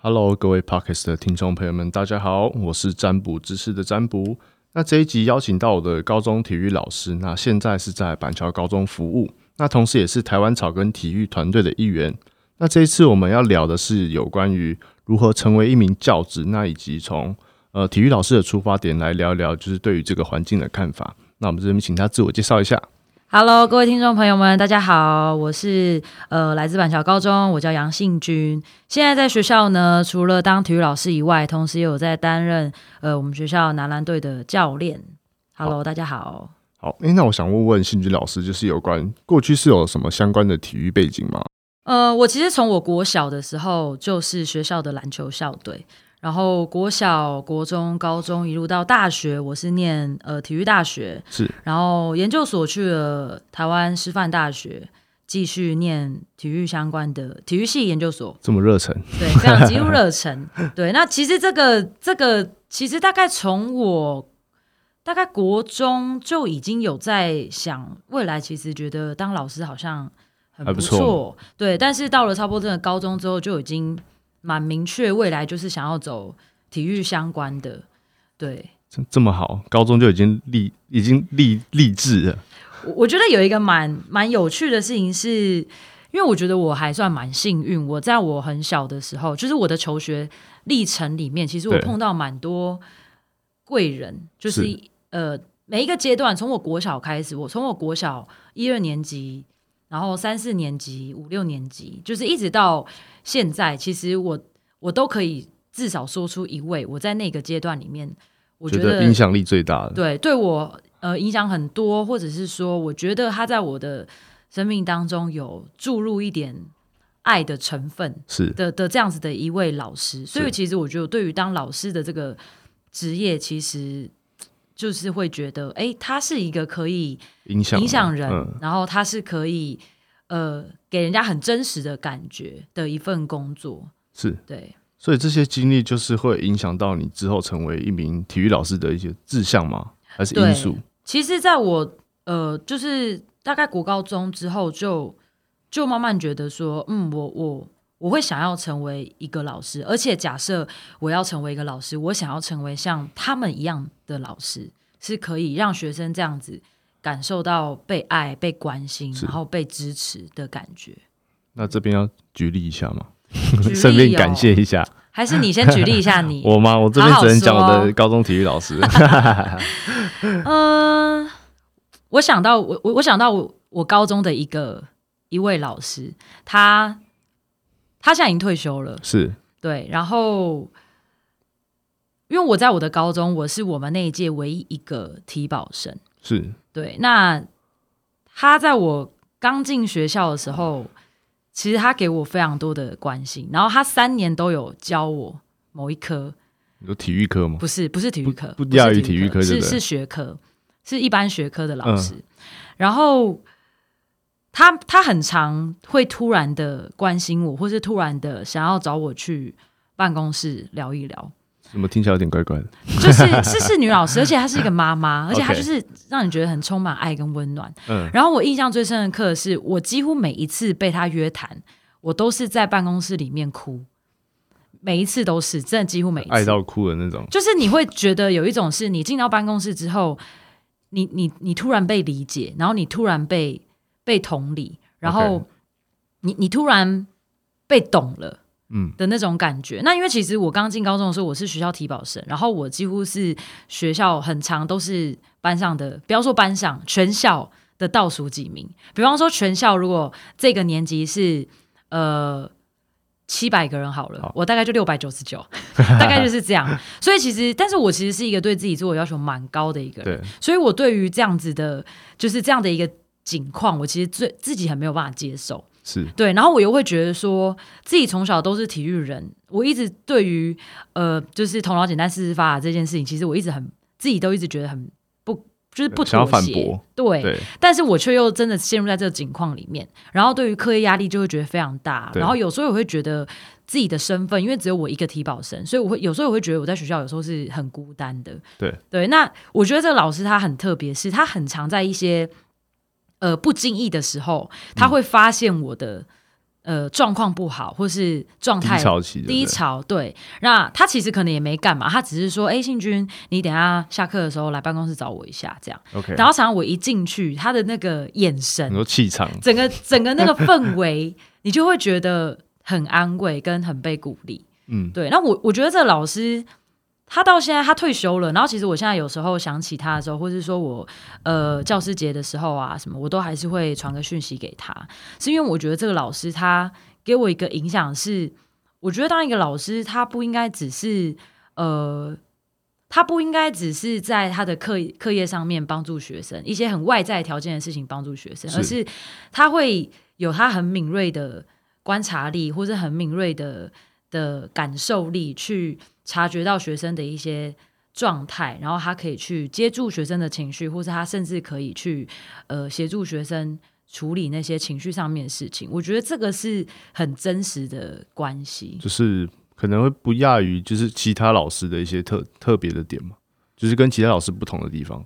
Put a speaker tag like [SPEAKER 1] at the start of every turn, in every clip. [SPEAKER 1] Hello，各位 Podcast 的听众朋友们，大家好，我是占卜知识的占卜。那这一集邀请到我的高中体育老师，那现在是在板桥高中服务，那同时也是台湾草根体育团队的一员。那这一次我们要聊的是有关于如何成为一名教职，那以及从呃体育老师的出发点来聊一聊，就是对于这个环境的看法。那我们这边请他自我介绍一下。
[SPEAKER 2] Hello，各位听众朋友们，大家好，我是呃来自板桥高中，我叫杨信君。现在在学校呢，除了当体育老师以外，同时也有在担任呃我们学校男篮队的教练。Hello，大家好。
[SPEAKER 1] 好，诶、那我想问问信君老师，就是有关过去是有什么相关的体育背景吗？
[SPEAKER 2] 呃，我其实从我国小的时候就是学校的篮球校队，然后国小、国中、高中一路到大学，我是念呃体育大学，
[SPEAKER 1] 是，
[SPEAKER 2] 然后研究所去了台湾师范大学，继续念体育相关的体育系研究所，
[SPEAKER 1] 这么热忱，
[SPEAKER 2] 对，非常极度 热忱。对，那其实这个这个其实大概从我大概国中就已经有在想未来，其实觉得当老师好像很
[SPEAKER 1] 还不
[SPEAKER 2] 不
[SPEAKER 1] 错
[SPEAKER 2] 错，对。但是到了差不多真的高中之后，就已经蛮明确未来就是想要走体育相关的，对。
[SPEAKER 1] 这这么好，高中就已经立已经立立志了，
[SPEAKER 2] 我我觉得有一个蛮蛮有趣的事情是，因为我觉得我还算蛮幸运，我在我很小的时候，就是我的求学历程里面，其实我
[SPEAKER 1] 对
[SPEAKER 2] 碰到蛮多贵人，就是
[SPEAKER 1] 是
[SPEAKER 2] 呃每一个阶段，从我国小开始，我从我国小一二年级，然后三四年级、五六年级，就是一直到现在，其实我我都可以至少说出一位我在那个阶段里面，我觉得
[SPEAKER 1] 影响力最大的。
[SPEAKER 2] 对，对我呃影响很多，或者是说，我觉得他在我的生命当中有注入一点爱的成分
[SPEAKER 1] 是
[SPEAKER 2] 的的这样子的一位老师，所
[SPEAKER 1] 是
[SPEAKER 2] 以其实我觉得我对于当老师的这个职业，其实就是会觉得，哎，他是一个可以
[SPEAKER 1] 影响
[SPEAKER 2] 影响人，
[SPEAKER 1] 嗯，
[SPEAKER 2] 然后他是可以呃给人家很真实的感觉的一份工作，
[SPEAKER 1] 是。
[SPEAKER 2] 对。
[SPEAKER 1] 所以这些经历就是会影响到你之后成为一名体育老师的一些志向吗？还是因素？
[SPEAKER 2] 其实，在我呃，就是大概国高中之后就，就慢慢觉得说，嗯，我我我会想要成为一个老师，而且假设我要成为一个老师，我想要成为像他们一样的老师，是可以让学生这样子感受到被爱、被关心，
[SPEAKER 1] 是
[SPEAKER 2] 然后被支持的感觉。
[SPEAKER 1] 那这边要举例一下吗？
[SPEAKER 2] 举 例
[SPEAKER 1] 顺便
[SPEAKER 2] 哦
[SPEAKER 1] 感谢，一下
[SPEAKER 2] 还是你先举例一下你？
[SPEAKER 1] 我吗？我这边
[SPEAKER 2] 好好
[SPEAKER 1] 只能讲
[SPEAKER 2] 说
[SPEAKER 1] 我的高中体育老 师。
[SPEAKER 2] 嗯，我想到我我我想到我我高中的一个一位老师，他他现在已经退休了，
[SPEAKER 1] 是
[SPEAKER 2] 对，然后因为我在我的高中，我是我们那一届唯一一个体保生，
[SPEAKER 1] 是，
[SPEAKER 2] 对，那他在我刚进学校的时候，其实他给我非常多的关心，然后他三年都有教我某一科，
[SPEAKER 1] 有体育课吗？
[SPEAKER 2] 不是不是体育课，
[SPEAKER 1] 不
[SPEAKER 2] 不
[SPEAKER 1] 亚
[SPEAKER 2] 是
[SPEAKER 1] 于体育课对嗯
[SPEAKER 2] 是
[SPEAKER 1] 不对
[SPEAKER 2] 是学科，是一般学科的老师。然后他他很常会突然的关心我，或是突然的想要找我去办公室聊一 聊，
[SPEAKER 1] 怎么听起来有点怪怪的？
[SPEAKER 2] 就是是是女老师，而且她是一个妈 妈，而且她
[SPEAKER 1] OK
[SPEAKER 2] 就是让你觉得很充满爱跟温暖。
[SPEAKER 1] 嗯，
[SPEAKER 2] 然后我印象最深的课是我几乎每一次被她约谈，我都是在办公室里面哭，每一次都是真的几乎每一次
[SPEAKER 1] 爱到哭的那种。
[SPEAKER 2] 就是你会觉得有一种是你进到办公室之后，你你你突然被理解，然后你突然被被同理，然后
[SPEAKER 1] OK
[SPEAKER 2] 你你突然被懂了
[SPEAKER 1] 嗯，
[SPEAKER 2] 的那种感觉。那因为其实我刚进高中的时候，我是学校体保生，然后我几乎是学校很长都是班上的，不要说班上，全校的倒数几名。比方说全校如果这个年级是呃。七百个人好了，
[SPEAKER 1] 好
[SPEAKER 2] 我大概就六百九十九， 大概就是 这样。所以其实，但是我其实是一个对自己自我要求蛮高的一个人，
[SPEAKER 1] 对，
[SPEAKER 2] 所以我对于这样子的，就是这样的一个景况，我其实最自己很没有办法接受。
[SPEAKER 1] 是
[SPEAKER 2] 对，然后我又会觉得说自己从小都是体育人，我一直对于呃，就是头脑简单四肢发达这件事情，其实我一直很自己都一直觉得很不，就是不妥协，
[SPEAKER 1] 想要反驳
[SPEAKER 2] 对，
[SPEAKER 1] 对，
[SPEAKER 2] 但是我却又真的陷入在这个境况里面，然后对于课业压力就会觉得非常大，
[SPEAKER 1] 对
[SPEAKER 2] 然后有时候我会觉得自己的身份，因为只有我一个体保生，所以我会有时候我会觉得我在学校有时候是很孤单的。
[SPEAKER 1] 对
[SPEAKER 2] 对，那我觉得这个老师他很特别，是他很常在一些呃不经意的时候，他会发现我的。呃状况不好或是状态
[SPEAKER 1] 低潮期的
[SPEAKER 2] 低潮，对，那他其实可能也没干嘛，他只是说，哎，信君，你等一下下课的时候来办公室找我一下，这样。
[SPEAKER 1] OK，
[SPEAKER 2] 然后常常我一进去，他的那个眼神
[SPEAKER 1] 很，多气场，
[SPEAKER 2] 整个整个那个氛围，你就会觉得很安慰跟很被鼓励。
[SPEAKER 1] 嗯，
[SPEAKER 2] 对，那我我觉得这个老师他到现在他退休了，然后其实我现在有时候想起他的时候，或是说我呃教师节的时候啊什么，我都还是会传个讯息给他，是因为我觉得这个老师他给我一个影响是，我觉得当一个老师他不应该只是呃。他不应该只是在他的课课业上面帮助学生一些很外在条件的事情帮助学生，
[SPEAKER 1] 是
[SPEAKER 2] 而是他会有他很敏锐的观察力，或是很敏锐的的感受力去察觉到学生的一些状态，然后他可以去接住学生的情绪，或是他甚至可以去呃协助学生处理那些情绪上面的事情。我觉得这个是很真实的关系。
[SPEAKER 1] 就是可能会不亚于就是其他老师的一些特特别的点嘛，就是跟其他老师不同的地方。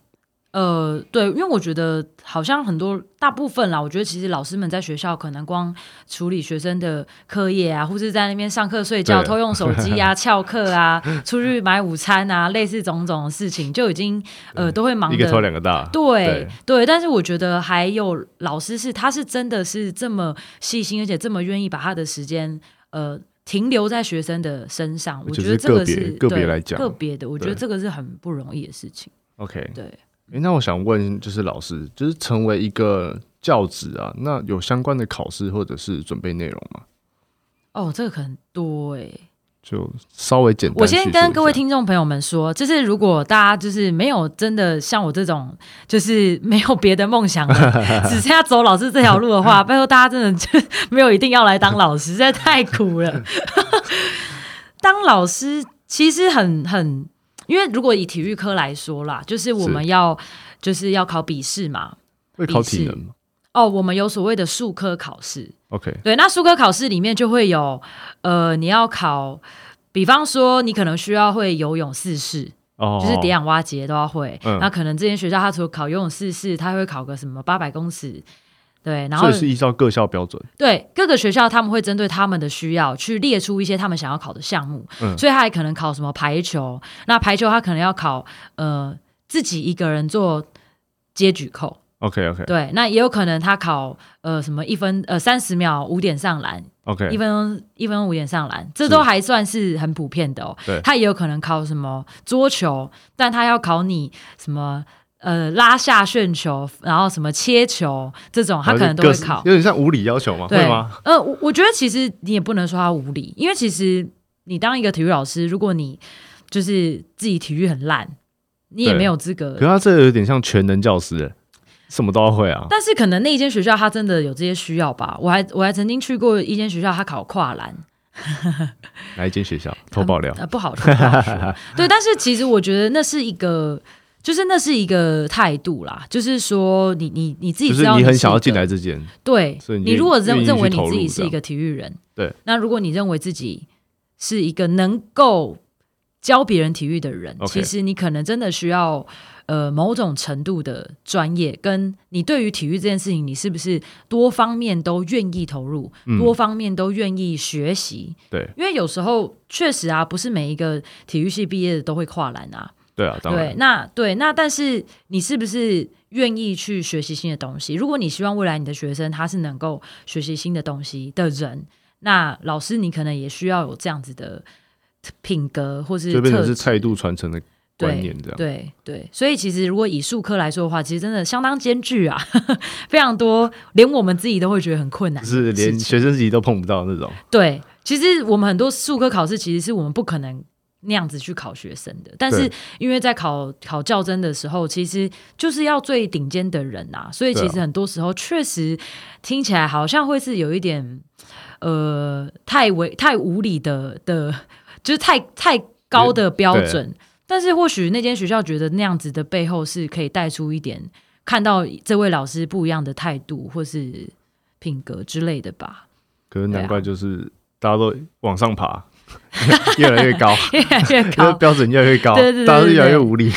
[SPEAKER 2] 呃，对，因为我觉得好像很多大部分啦，我觉得其实老师们在学校可能光处理学生的课业啊，或是在那边上课睡觉、
[SPEAKER 1] 对
[SPEAKER 2] 偷用手机 啊、翘课啊、出去买午餐啊，类似种种的事情，就已经呃都会忙
[SPEAKER 1] 嗯一个头
[SPEAKER 2] 得
[SPEAKER 1] 两个大，
[SPEAKER 2] 对对，但是我觉得还有老师是，他是真的是这么细心，而且这么愿意把他的时间呃停留在学生的身上。我
[SPEAKER 1] 就
[SPEAKER 2] 觉得
[SPEAKER 1] 是
[SPEAKER 2] 这个
[SPEAKER 1] 个别
[SPEAKER 2] 是
[SPEAKER 1] 个别
[SPEAKER 2] 对
[SPEAKER 1] 来讲
[SPEAKER 2] 个别的，我觉得
[SPEAKER 1] 对
[SPEAKER 2] 这个是很不容易的事情。
[SPEAKER 1] ，OK，
[SPEAKER 2] 对，
[SPEAKER 1] 诶，那我想问，就是老师，就是成为一个教职啊，那有相关的考试或者是准备内容吗？
[SPEAKER 2] 哦，这个很多哎、
[SPEAKER 1] 就稍微简单。
[SPEAKER 2] 我先跟各位，听众朋友们说，就是如果大家就是没有真的像我这种，就是没有别的梦想了，只剩下走老师这条路的话，拜托大家真的就没有一定要来当老师，实在太苦了。 当老师其实很很，因为如果以体育科来说啦，就是我们要就是要考笔试嘛。
[SPEAKER 1] 会考体能吗
[SPEAKER 2] 哦，我们有所谓的数科考试，
[SPEAKER 1] ？OK，
[SPEAKER 2] 对，那数科考试里面就会有，呃，你要考，比方说你可能需要会游泳四式，
[SPEAKER 1] 哦，
[SPEAKER 2] 就是蝶泳、蛙节都要会。
[SPEAKER 1] 嗯
[SPEAKER 2] 那可能这间学校它除了考游泳四式，它会考个什么八百公尺，对，然后
[SPEAKER 1] 所以是依照各校标准，
[SPEAKER 2] 对各个学校他们会针对他们的需要去列出一些他们想要考的项目，
[SPEAKER 1] 嗯
[SPEAKER 2] 所以他还可能考什么排球，那排球他可能要考呃自己一个人做接举扣。
[SPEAKER 1] OK OK
[SPEAKER 2] 对，那也有可能他考呃什么一分呃三十秒五点上篮，一
[SPEAKER 1] OK，
[SPEAKER 2] 分钟一分钟五点上篮，这
[SPEAKER 1] 是
[SPEAKER 2] 都还算是很普遍的哦
[SPEAKER 1] 对。
[SPEAKER 2] 他也有可能考什么桌球，但他要考你什么呃拉下旋球，然后什么切球这种，他可能都会
[SPEAKER 1] 然后就各式
[SPEAKER 2] 考。
[SPEAKER 1] 有点像无理要求吗？
[SPEAKER 2] 对
[SPEAKER 1] 会吗？
[SPEAKER 2] 呃，我我觉得其实你也不能说他无理，因为其实你当一个体育老师，如果你就是自己体育很烂，你也
[SPEAKER 1] 对
[SPEAKER 2] 没有资格
[SPEAKER 1] 可是他这有点像全能教师，诶什么都要会啊。
[SPEAKER 2] 但是可能那一间学校它真的有这些需要吧。我还我还曾经去过一间学校，它考跨栏，
[SPEAKER 1] 哪一间学校？偷爆料？
[SPEAKER 2] 呃，不好说，不好 说。对，但是其实我觉得那是一个，就是那是一个态度啦，就是说你你你自己
[SPEAKER 1] 就
[SPEAKER 2] 知
[SPEAKER 1] 是
[SPEAKER 2] 道
[SPEAKER 1] 你很
[SPEAKER 2] 是
[SPEAKER 1] 想要
[SPEAKER 2] 一个
[SPEAKER 1] 进来，这间，
[SPEAKER 2] 对
[SPEAKER 1] 所以，你
[SPEAKER 2] 你如果认
[SPEAKER 1] 愿意去
[SPEAKER 2] 认为你
[SPEAKER 1] 投入
[SPEAKER 2] 自己
[SPEAKER 1] 这
[SPEAKER 2] 是
[SPEAKER 1] 样
[SPEAKER 2] 一个体育人，
[SPEAKER 1] 对，
[SPEAKER 2] 那如果你认为自己是一个能够教别人体育的人
[SPEAKER 1] OK
[SPEAKER 2] 其实你可能真的需要呃某种程度的专业，跟你对于体育这件事情，你是不是多方面都愿意投入，
[SPEAKER 1] 嗯
[SPEAKER 2] 多方面都愿意学习？
[SPEAKER 1] 对
[SPEAKER 2] 因为有时候确实啊，不是每一个体育系毕业的都会跨栏啊，
[SPEAKER 1] 对啊，当
[SPEAKER 2] 对
[SPEAKER 1] 然，，
[SPEAKER 2] 那对那，但是你是不是愿意去学习新的东西？如果你希望未来你的学生他是能够学习新的东西的人，那老师你可能也需要有这样子的品格或是
[SPEAKER 1] 就变成
[SPEAKER 2] 特
[SPEAKER 1] 是
[SPEAKER 2] 质。
[SPEAKER 1] 态度传承的观
[SPEAKER 2] 对
[SPEAKER 1] 念这样。
[SPEAKER 2] 对对，所以其实如果以术科来说的话，其实真的相当艰巨啊， 非常多，连我们自己都会觉得很困难
[SPEAKER 1] 就
[SPEAKER 2] 的
[SPEAKER 1] 是
[SPEAKER 2] 事情。
[SPEAKER 1] 连学生自己都碰不到那种，
[SPEAKER 2] 对，其实我们很多术科考试其实是我们不可能那样子去考学生的，但是
[SPEAKER 1] 对
[SPEAKER 2] 因为在考考较真的时候，其实就是要最顶尖的人啊，所以
[SPEAKER 1] 对啊
[SPEAKER 2] 其实很多时候确实听起来好像会是有一点呃太为太无理的的，就是太太高的标
[SPEAKER 1] 对
[SPEAKER 2] 准。但是或许那间学校觉得那样子的背后是可以带出一点看到这位老师不一样的态度或是品格之类的吧。
[SPEAKER 1] 可是
[SPEAKER 2] 对啊
[SPEAKER 1] 难怪就是大家都往上爬， 越来越 高，
[SPEAKER 2] 越来越
[SPEAKER 1] 因为
[SPEAKER 2] 高，
[SPEAKER 1] 标准越来越高，
[SPEAKER 2] 对对对对
[SPEAKER 1] 大家都越来越无 力。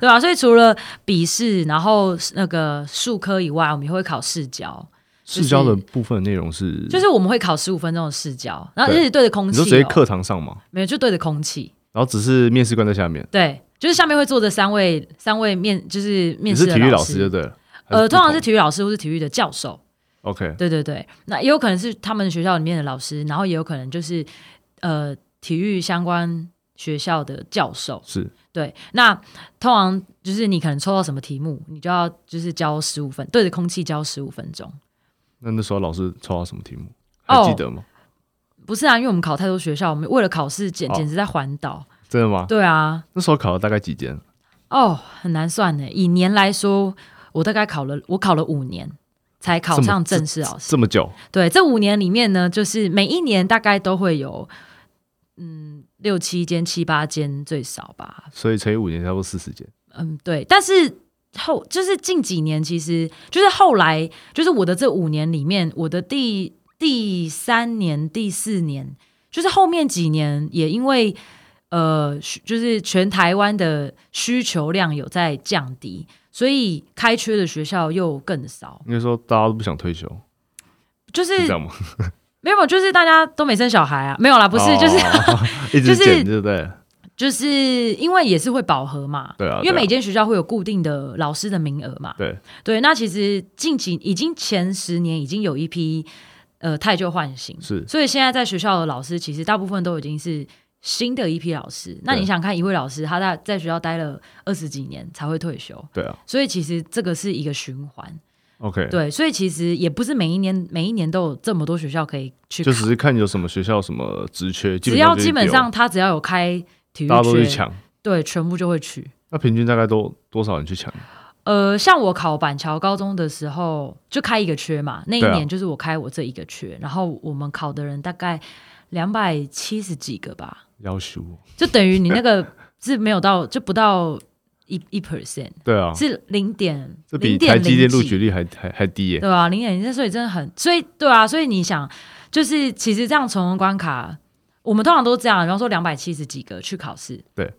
[SPEAKER 2] 对啊，所以除了笔试，然后那个数科以外，我们也会考试教。就是
[SPEAKER 1] 试教的部分内容是，
[SPEAKER 2] 就是我们会考十五分钟的试教，然后
[SPEAKER 1] 嗯对
[SPEAKER 2] 而且对着空
[SPEAKER 1] 你
[SPEAKER 2] 气、
[SPEAKER 1] 说
[SPEAKER 2] 哦，
[SPEAKER 1] 直接课堂上嘛，
[SPEAKER 2] 没有就对着空气，
[SPEAKER 1] 然后只是面试官在下面，
[SPEAKER 2] 对，就是下面会坐着三位三位面就是
[SPEAKER 1] 你
[SPEAKER 2] 面试
[SPEAKER 1] 是
[SPEAKER 2] 的
[SPEAKER 1] 体育老
[SPEAKER 2] 老
[SPEAKER 1] 师就对了，还
[SPEAKER 2] 呃，
[SPEAKER 1] 不
[SPEAKER 2] 通常
[SPEAKER 1] 同
[SPEAKER 2] 是体育老师或是体育的教授，
[SPEAKER 1] OK，
[SPEAKER 2] 对对对，那也有可能是他们学校里面的老师，然后也有可能就是呃体育相关学校的教授，
[SPEAKER 1] 是
[SPEAKER 2] 对，那通常就是你可能抽到什么题目，你就要就是教十五分，对着空气教十五分钟。
[SPEAKER 1] 那那时候老师抽到什么题目还
[SPEAKER 2] 哦
[SPEAKER 1] 记得吗？
[SPEAKER 2] 不是啊，因为我们考太多学校，我们为了考试简
[SPEAKER 1] 哦
[SPEAKER 2] 简直在环岛。
[SPEAKER 1] 真的吗？
[SPEAKER 2] 对啊，
[SPEAKER 1] 那时候考了大概几间？
[SPEAKER 2] 哦，很难算呢。以年来说，我大概考了，我考了五年才考
[SPEAKER 1] 这么
[SPEAKER 2] 上正式老师。
[SPEAKER 1] 这么久，
[SPEAKER 2] 对，这五年里面呢，就是每一年大概都会有，嗯，六七间、七八间最少吧。
[SPEAKER 1] 所以乘以五年差不多四十间。
[SPEAKER 2] 嗯，对。但是后就是近几年，其实就是后来，就是我的这五年里面，我的第第三年、第四年，就是后面几年也因为呃，需就是全台湾的需求量有在降低，所以开缺的学校又更少。
[SPEAKER 1] 应该说大家都不想退休，
[SPEAKER 2] 就是
[SPEAKER 1] 是这样吗？
[SPEAKER 2] 没有，就是大家都没生小孩啊，没有啦，不是，就是
[SPEAKER 1] 是哦 一直
[SPEAKER 2] 就是
[SPEAKER 1] 减，对不对？
[SPEAKER 2] 就是因为也是会饱和嘛，
[SPEAKER 1] 对啊
[SPEAKER 2] 因为
[SPEAKER 1] 对啊
[SPEAKER 2] 每间学校会有固定的老师的名额嘛，
[SPEAKER 1] 对
[SPEAKER 2] 对，那其实近几已经前十年已经有一批呃太旧换新，
[SPEAKER 1] 是
[SPEAKER 2] 所以现在在学校的老师其实大部分都已经是新的一批老师。那
[SPEAKER 1] 对
[SPEAKER 2] 你想看一位老师他在在学校待了二十几年才会退休，
[SPEAKER 1] 对啊。
[SPEAKER 2] 所以其实这个是一个循环。
[SPEAKER 1] OK，
[SPEAKER 2] 对，所以其实也不是每一年每一年都有这么多学校可以去考，
[SPEAKER 1] 就只是看有什么学校什么职缺，
[SPEAKER 2] 只要
[SPEAKER 1] 就是
[SPEAKER 2] 基本
[SPEAKER 1] 丢
[SPEAKER 2] 上他只要有开体
[SPEAKER 1] 大家都去
[SPEAKER 2] 育学，
[SPEAKER 1] 抢。
[SPEAKER 2] 对，全部就会去。
[SPEAKER 1] 那平均大概都多少人去抢？
[SPEAKER 2] 呃，像我考板桥高中的时候，就开一个缺嘛，那一
[SPEAKER 1] 对啊
[SPEAKER 2] 年就是我开我这一个缺，然后我们考的人大概两百七十几个吧，
[SPEAKER 1] 要求
[SPEAKER 2] 就等于你 那个是没有到，就不到一一 percent，
[SPEAKER 1] 对啊，
[SPEAKER 2] 是零点
[SPEAKER 1] 这比
[SPEAKER 2] 零
[SPEAKER 1] 台
[SPEAKER 2] 点
[SPEAKER 1] 积电
[SPEAKER 2] 零
[SPEAKER 1] 录取
[SPEAKER 2] 几，
[SPEAKER 1] 率还还还低耶、
[SPEAKER 2] 对啊，零点零，所以真的很，所以对啊，所以你想，就是其实这样重重关卡，我们通常都这样，比方说两百七十几个去考试，
[SPEAKER 1] 对，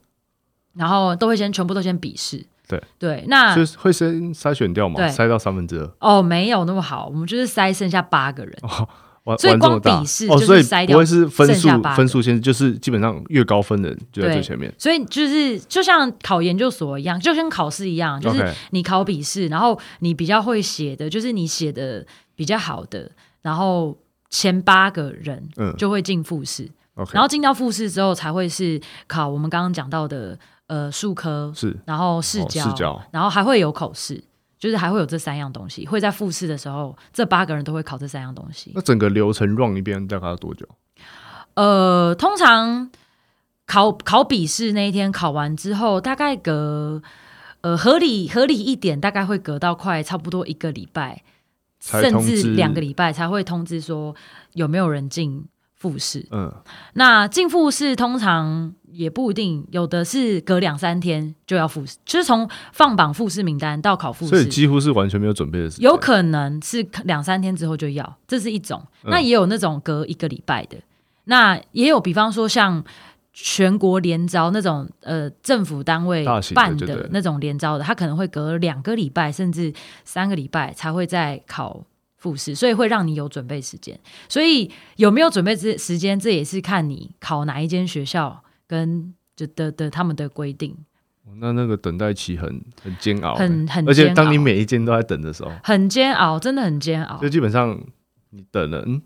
[SPEAKER 2] 然后都会先全部都先笔试，
[SPEAKER 1] 对
[SPEAKER 2] 对，那
[SPEAKER 1] 所以会先筛选掉嘛，
[SPEAKER 2] 啊对
[SPEAKER 1] 筛到三分之二。
[SPEAKER 2] 哦，没有那么好，我们就是筛剩下八个人。
[SPEAKER 1] 哦玩
[SPEAKER 2] 所以
[SPEAKER 1] 玩这么
[SPEAKER 2] 光
[SPEAKER 1] 大
[SPEAKER 2] 笔试
[SPEAKER 1] 哦，
[SPEAKER 2] 就是
[SPEAKER 1] 所以
[SPEAKER 2] 筛
[SPEAKER 1] 不
[SPEAKER 2] 掉
[SPEAKER 1] 会是分
[SPEAKER 2] 剩下
[SPEAKER 1] 数
[SPEAKER 2] 八个
[SPEAKER 1] 分数先，就是基本上越高分的人就在
[SPEAKER 2] 对
[SPEAKER 1] 最前面。
[SPEAKER 2] 所以就是就像考研究所一样，就跟考试一样，就是
[SPEAKER 1] OK
[SPEAKER 2] 你考笔试，然后你比较会写的，就是你写的比较好的，然后前八个人
[SPEAKER 1] 嗯
[SPEAKER 2] 就会进复试，
[SPEAKER 1] OK，
[SPEAKER 2] 然后进到复试之后才会是考我们刚刚讲到的呃数科，
[SPEAKER 1] 是
[SPEAKER 2] 然后试
[SPEAKER 1] 哦
[SPEAKER 2] 教，
[SPEAKER 1] 试教
[SPEAKER 2] 然后还会有口试，就是还会有这三样东西，会在复试的时候，这八个人都会考这三样东西。
[SPEAKER 1] 那整个流程 run 一遍大概要多久？
[SPEAKER 2] 呃，通常考考笔试那一天考完之后，大概隔呃合理合理一点，大概会隔到快差不多一个礼拜，
[SPEAKER 1] 才
[SPEAKER 2] 甚
[SPEAKER 1] 通知
[SPEAKER 2] 至两个礼拜才会通知说有没有人进复试。
[SPEAKER 1] 嗯，
[SPEAKER 2] 那进复试通常也不一定，有的是隔两三天就要复试，就是从放榜复试名单到考复
[SPEAKER 1] 所以
[SPEAKER 2] 试。
[SPEAKER 1] 几乎是完全没有准备的时间。
[SPEAKER 2] 有可能是两三天之后就要，这是一种。
[SPEAKER 1] 嗯
[SPEAKER 2] 那也有那种隔一个礼拜的，那也有，比方说像全国联招那种，呃，政府单位
[SPEAKER 1] 大型的
[SPEAKER 2] 办
[SPEAKER 1] 就对了
[SPEAKER 2] 的那种联招的，他可能会隔两个礼拜甚至三个礼拜才会再考复试，所以会让你有准备时间。所以有没有准备这时间，这也是看你考哪一间学校跟就的的他们的规定，
[SPEAKER 1] 那那个等待期很很煎熬欸、
[SPEAKER 2] 很很
[SPEAKER 1] 而且
[SPEAKER 2] 煎
[SPEAKER 1] 当你
[SPEAKER 2] 熬哦
[SPEAKER 1] 每一间都在等的时候，
[SPEAKER 2] 很煎熬，真的很煎熬
[SPEAKER 1] 就。基本上你等了，嗯，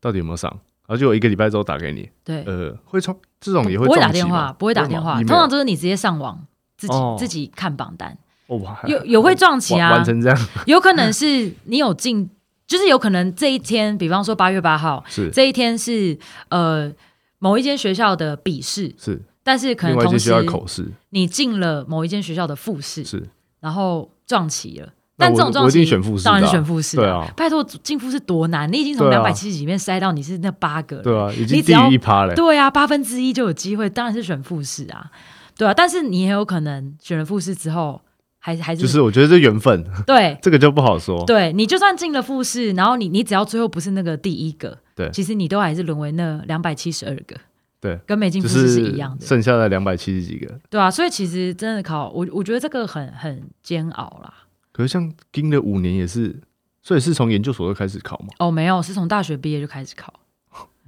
[SPEAKER 1] 到底有没有上？然后就有一个礼拜之后打给你，
[SPEAKER 2] 对，
[SPEAKER 1] 呃，会冲这种也
[SPEAKER 2] 不
[SPEAKER 1] 会
[SPEAKER 2] 不会打
[SPEAKER 1] 撞期
[SPEAKER 2] 电
[SPEAKER 1] 吗啊
[SPEAKER 2] 话，不会打电话，
[SPEAKER 1] 吗
[SPEAKER 2] 通
[SPEAKER 1] Email
[SPEAKER 2] 常都是你直接上网自己、
[SPEAKER 1] 哦
[SPEAKER 2] 自己看榜单，
[SPEAKER 1] 哦哇
[SPEAKER 2] 有有会撞期
[SPEAKER 1] 完
[SPEAKER 2] 啊
[SPEAKER 1] 完，成这样
[SPEAKER 2] 有可能是你有进，就是有可能这一天，比方说八月八号
[SPEAKER 1] 是
[SPEAKER 2] 这一天是呃某一间学校的笔试，
[SPEAKER 1] 是，
[SPEAKER 2] 但是可
[SPEAKER 1] 另外
[SPEAKER 2] 能
[SPEAKER 1] 一
[SPEAKER 2] 同
[SPEAKER 1] 些需
[SPEAKER 2] 时
[SPEAKER 1] 要口试
[SPEAKER 2] 你进了某一间学校的复试，
[SPEAKER 1] 是，
[SPEAKER 2] 然后撞期了。
[SPEAKER 1] 那
[SPEAKER 2] 但
[SPEAKER 1] 我
[SPEAKER 2] 这种撞
[SPEAKER 1] 我一
[SPEAKER 2] 期
[SPEAKER 1] 定选复试的啊
[SPEAKER 2] 当然是选复试、
[SPEAKER 1] 对啊
[SPEAKER 2] 拜托进复试多难，你已经从
[SPEAKER 1] 对啊
[SPEAKER 2] 两百七十几面筛到你是那八个了，
[SPEAKER 1] 对啊，已
[SPEAKER 2] 你
[SPEAKER 1] 经
[SPEAKER 2] 只
[SPEAKER 1] 低
[SPEAKER 2] 要
[SPEAKER 1] 于一趴嘞，
[SPEAKER 2] 对啊，八分之一就有机会，当然是选复试啊，对啊。但是你也有可能选了复试之后，还还是、
[SPEAKER 1] 就是我觉得这缘分，
[SPEAKER 2] 对
[SPEAKER 1] 这个就不好说，
[SPEAKER 2] 对，你就算进了复试，然后你你只要最后不是那个第一个，
[SPEAKER 1] 对
[SPEAKER 2] 其实你都还是沦为那两百七十二个，
[SPEAKER 1] 对，
[SPEAKER 2] 跟没进
[SPEAKER 1] 就
[SPEAKER 2] 复试是一样的，
[SPEAKER 1] 剩下的两百七十几个。
[SPEAKER 2] 对啊。所以其实真的考我，我觉得这个很很煎熬啦。
[SPEAKER 1] 可是像盯了五年也是，所以是从研究所就开始考吗？
[SPEAKER 2] 哦，没有，是从大学毕业就开始考。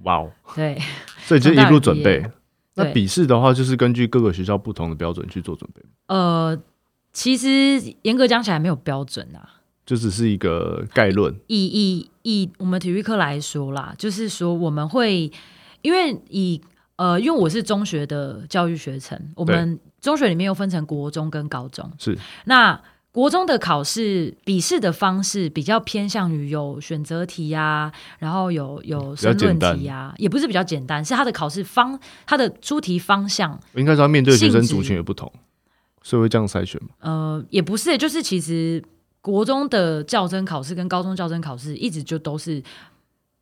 [SPEAKER 1] 哇哦，
[SPEAKER 2] 对，
[SPEAKER 1] 所以就一路准备
[SPEAKER 2] 从大学毕。
[SPEAKER 1] 那
[SPEAKER 2] 对
[SPEAKER 1] 笔试的话，就是根据各个学校不同的标准去做准备，
[SPEAKER 2] 呃，其实严格讲起来没有标准啊。
[SPEAKER 1] 就只是一个概论。
[SPEAKER 2] 以以以我们体育课来说啦，就是说我们会，因为以呃，因为我是中学的教育学程，我们中学里面又分成国中跟高中。
[SPEAKER 1] 是
[SPEAKER 2] 那国中的考试笔试的方式比较偏向于有选择题呀、然后有有
[SPEAKER 1] 较
[SPEAKER 2] 申论
[SPEAKER 1] 简单
[SPEAKER 2] 题呀、也不是比较简单，是它的考试方，它的出题方向，
[SPEAKER 1] 应该是要面对的学生族
[SPEAKER 2] 性质
[SPEAKER 1] 群也不同，所以会这样筛选嘛？
[SPEAKER 2] 呃，也不是，就是其实国中的较真考试跟高中较真考试一直就都是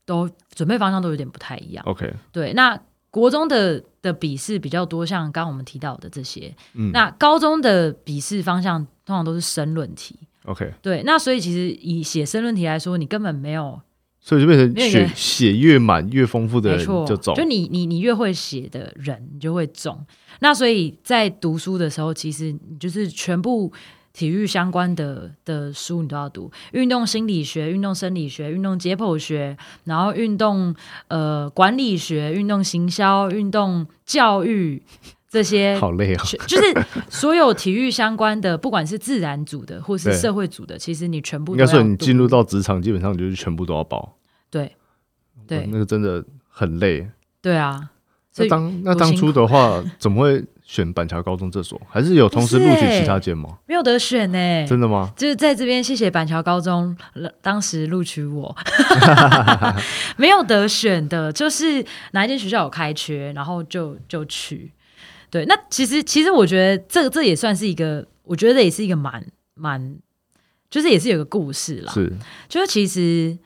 [SPEAKER 2] 都准备方向都有点不太一样。
[SPEAKER 1] OK，
[SPEAKER 2] 对，那国中的的笔试比较多，像刚刚我们提到的这些，
[SPEAKER 1] 嗯
[SPEAKER 2] 那高中的笔试方向通常都是申论题。
[SPEAKER 1] ，OK，
[SPEAKER 2] 对，那所以其实以写申论题来说，你根本没有
[SPEAKER 1] 所以就变成
[SPEAKER 2] 那
[SPEAKER 1] 血
[SPEAKER 2] 个
[SPEAKER 1] 血越满越丰富的
[SPEAKER 2] 没
[SPEAKER 1] 人
[SPEAKER 2] 错，
[SPEAKER 1] 就走。
[SPEAKER 2] 你你你越会写的人，你就会中。那所以在读书的时候，其实你就是全部体育相关的的书你都要读，运动心理学、运动生理学、运动解剖学，然后运动呃管理学、运动行销、运动教育这 些。
[SPEAKER 1] 好累啊！
[SPEAKER 2] 全就是所有体育相关的，不管是自然组的或是
[SPEAKER 1] 对
[SPEAKER 2] 社会组的，其实你全部
[SPEAKER 1] 应
[SPEAKER 2] 都
[SPEAKER 1] 该
[SPEAKER 2] 要
[SPEAKER 1] 说你
[SPEAKER 2] 读
[SPEAKER 1] 进入到职场，基本上就是全部都要报。
[SPEAKER 2] 对对
[SPEAKER 1] 哇那个真的很累。
[SPEAKER 2] 对啊，所
[SPEAKER 1] 那
[SPEAKER 2] 以
[SPEAKER 1] 当那
[SPEAKER 2] 多
[SPEAKER 1] 当
[SPEAKER 2] 辛
[SPEAKER 1] 初
[SPEAKER 2] 苦
[SPEAKER 1] 的话， 怎么会选板桥高中这所？还是有同时录取
[SPEAKER 2] 不是
[SPEAKER 1] 其他间吗？
[SPEAKER 2] 没有得选欸呢、
[SPEAKER 1] 真的吗？
[SPEAKER 2] 就是在这边，谢谢板桥高中呃当时录取我， 没有得选的，就是哪一间学校有开缺，然后就就去。对，那其实其实我觉得这这也算是一个，我觉得也是一个蛮蛮，就是也是有个故事啦。
[SPEAKER 1] 是
[SPEAKER 2] 就是其实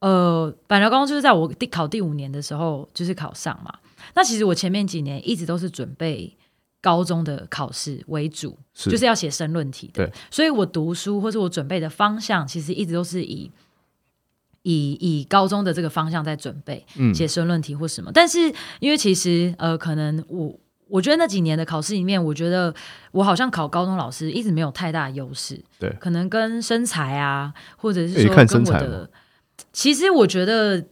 [SPEAKER 2] 呃，板桥高中就是在我第考第五年的时候就是考上嘛。那其实我前面几年一直都是准备高中的考试为主，
[SPEAKER 1] 是
[SPEAKER 2] 就是要写申论题的
[SPEAKER 1] 对。
[SPEAKER 2] 所以我读书或是我准备的方向，其实一直都是以以以高中的这个方向在准备，
[SPEAKER 1] 嗯
[SPEAKER 2] 写申论题或什么。但是因为其实呃，可能我。我觉得那几年的考试里面，我觉得我好像考高中老师一直没有太大的优势，
[SPEAKER 1] 对
[SPEAKER 2] 可能跟身材啊，或者是
[SPEAKER 1] 诶
[SPEAKER 2] 说
[SPEAKER 1] 看
[SPEAKER 2] 跟
[SPEAKER 1] 身
[SPEAKER 2] 我
[SPEAKER 1] 材
[SPEAKER 2] 的，其实我觉得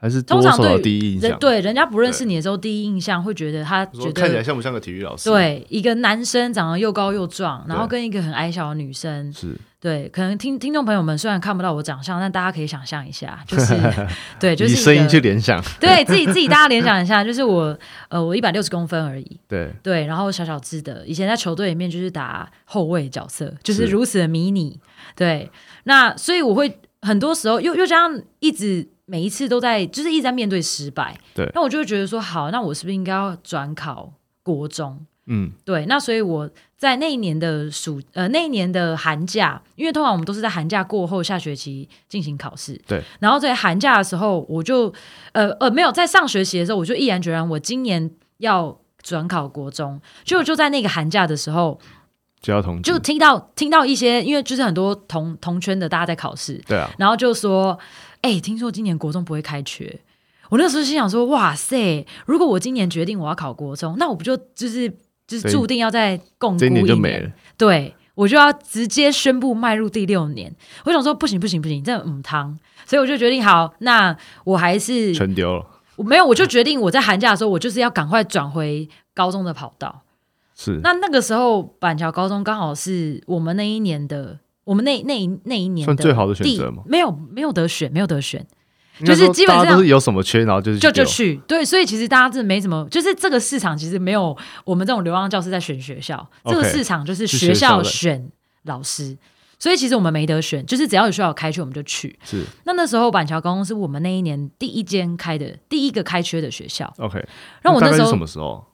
[SPEAKER 1] 还是多
[SPEAKER 2] 通常
[SPEAKER 1] 少有
[SPEAKER 2] 对
[SPEAKER 1] 第一印
[SPEAKER 2] 人
[SPEAKER 1] 象？，
[SPEAKER 2] 对人家不认识
[SPEAKER 1] 对
[SPEAKER 2] 你的时候，第一印象会觉得他觉
[SPEAKER 1] 说看起来
[SPEAKER 2] 得
[SPEAKER 1] 像不像个体育老师？，
[SPEAKER 2] 对一个男生长得又高又壮，然后
[SPEAKER 1] 对
[SPEAKER 2] 跟一个很矮小的女生，
[SPEAKER 1] 是
[SPEAKER 2] 对，可能听听众朋友们虽然看不到我长相，但大家可以想象一下，就是 对，就
[SPEAKER 1] 以
[SPEAKER 2] 是
[SPEAKER 1] 声
[SPEAKER 2] 一
[SPEAKER 1] 音
[SPEAKER 2] 个
[SPEAKER 1] 去联想。
[SPEAKER 2] 对自己自己大家联想一下，就是我呃我一百六十公分而已，
[SPEAKER 1] 对，
[SPEAKER 2] 对，然后小小只的，以前在球队里面就是打后卫角色，就是
[SPEAKER 1] 是
[SPEAKER 2] 如此的迷你。对，那所以我会很多时候又又加上一直每一次都在，就是一直在面对失败。
[SPEAKER 1] 对
[SPEAKER 2] 那我就会觉得说，好，那我是不是应该要转考国中？
[SPEAKER 1] 嗯，
[SPEAKER 2] 对，那所以我在那一年的暑呃那一年的寒假，因为通常我们都是在寒假过后下学期进行考试，
[SPEAKER 1] 对。
[SPEAKER 2] 然后在寒假的时候，我就呃呃没有在上学期的时候，我就毅然决然，我今年要转考国中。结果就在那个寒假的时候，
[SPEAKER 1] 就要同志
[SPEAKER 2] 就听到听到一些，因为就是很多同同圈的大家在考试，
[SPEAKER 1] 对啊，
[SPEAKER 2] 然后就说：“哎、听说今年国中不会开学。”我那时候心想说：“哇塞，如果我今年决定我要考国中，那我不就就是就是
[SPEAKER 1] 对
[SPEAKER 2] 注定要在共
[SPEAKER 1] 这
[SPEAKER 2] 估
[SPEAKER 1] 一
[SPEAKER 2] 一
[SPEAKER 1] 年就没了。
[SPEAKER 2] 对我就要直接宣布迈入第六年。”我想说：“不行不行不行，这嗯汤。”所以我就决定好，那我还是
[SPEAKER 1] 全丢了。
[SPEAKER 2] 我没有，我就决定我在寒假的时候，我就是要赶快转回高中的跑道。
[SPEAKER 1] 是
[SPEAKER 2] 那那个时候板桥高中刚好是我们那一年的，我们那那一那一年
[SPEAKER 1] 算
[SPEAKER 2] 的
[SPEAKER 1] 最好的选
[SPEAKER 2] 第
[SPEAKER 1] 择吗？
[SPEAKER 2] 没有没有得选，没有得选，
[SPEAKER 1] 应该
[SPEAKER 2] 就是
[SPEAKER 1] 说
[SPEAKER 2] 基本
[SPEAKER 1] 大家
[SPEAKER 2] 上
[SPEAKER 1] 都是有什么缺，然后就是
[SPEAKER 2] 就就
[SPEAKER 1] 丢
[SPEAKER 2] 去。对，所以其实大家这没什么，就是这个市场其实没有我们这种流浪教师在选学校，这
[SPEAKER 1] OK，
[SPEAKER 2] 个市场就是
[SPEAKER 1] 是
[SPEAKER 2] 学
[SPEAKER 1] 学
[SPEAKER 2] 校
[SPEAKER 1] 校的
[SPEAKER 2] 选老师。所以其实我们没得选，就是只要有学校有开缺我们就去。
[SPEAKER 1] 是
[SPEAKER 2] 那那时候板桥高中是我们那一年第一间开的第一个开缺的学校。
[SPEAKER 1] OK。
[SPEAKER 2] 让我
[SPEAKER 1] 大
[SPEAKER 2] 那
[SPEAKER 1] 概是
[SPEAKER 2] 时候
[SPEAKER 1] 什么时候？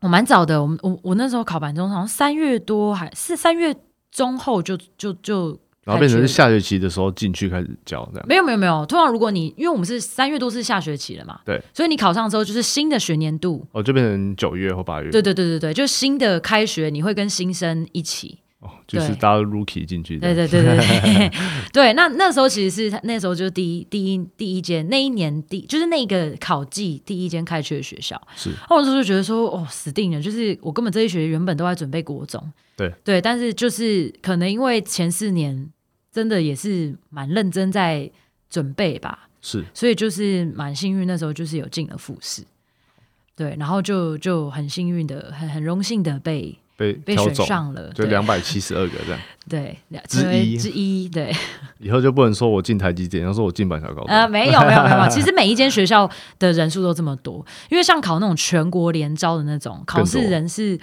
[SPEAKER 2] 我蛮早的，我们我我那时候考板中好像三月多还是三月中后就就就
[SPEAKER 1] 然后变成
[SPEAKER 2] 开
[SPEAKER 1] 是
[SPEAKER 2] 学
[SPEAKER 1] 下学期的时候进去开始教这样。
[SPEAKER 2] 没有没有没有，通常如果你因为我们是三月多是下学期了嘛，
[SPEAKER 1] 对，
[SPEAKER 2] 所以你考上之后就是新的学年度，
[SPEAKER 1] 哦，就变成九月或八月。
[SPEAKER 2] 对对对对对，就是新的开学你会跟新生一起，
[SPEAKER 1] 哦，就是
[SPEAKER 2] 对
[SPEAKER 1] 大家 rookie 进去这
[SPEAKER 2] 对
[SPEAKER 1] 样。
[SPEAKER 2] 对对 对对对，那那时候其实是那时候就是第一第一第一间那一年第就是那个考季第一间开学的学校，
[SPEAKER 1] 是
[SPEAKER 2] 那我那时候就觉得说哦死定了，就是我根本这一学期原本都在准备国中，
[SPEAKER 1] 对
[SPEAKER 2] 对，但是就是可能因为前四年。真的也是蛮认真在准备吧，
[SPEAKER 1] 是
[SPEAKER 2] 所以就是蛮幸运，那时候就是有进了复试，对，然后就就很幸运的，很很荣幸的被
[SPEAKER 1] 被
[SPEAKER 2] 被
[SPEAKER 1] 挑
[SPEAKER 2] 选
[SPEAKER 1] 中，
[SPEAKER 2] 上了，
[SPEAKER 1] 就
[SPEAKER 2] 对
[SPEAKER 1] 两百七十二个这样，
[SPEAKER 2] 对
[SPEAKER 1] 之
[SPEAKER 2] 成为
[SPEAKER 1] 一
[SPEAKER 2] 之一，对，
[SPEAKER 1] 以后就不能说我进台积电，要说我进板桥高中，
[SPEAKER 2] 呃，没有没有没有，没有其实每一间学校的人数都这么多，因为像考那种全国联招的那种考试人是，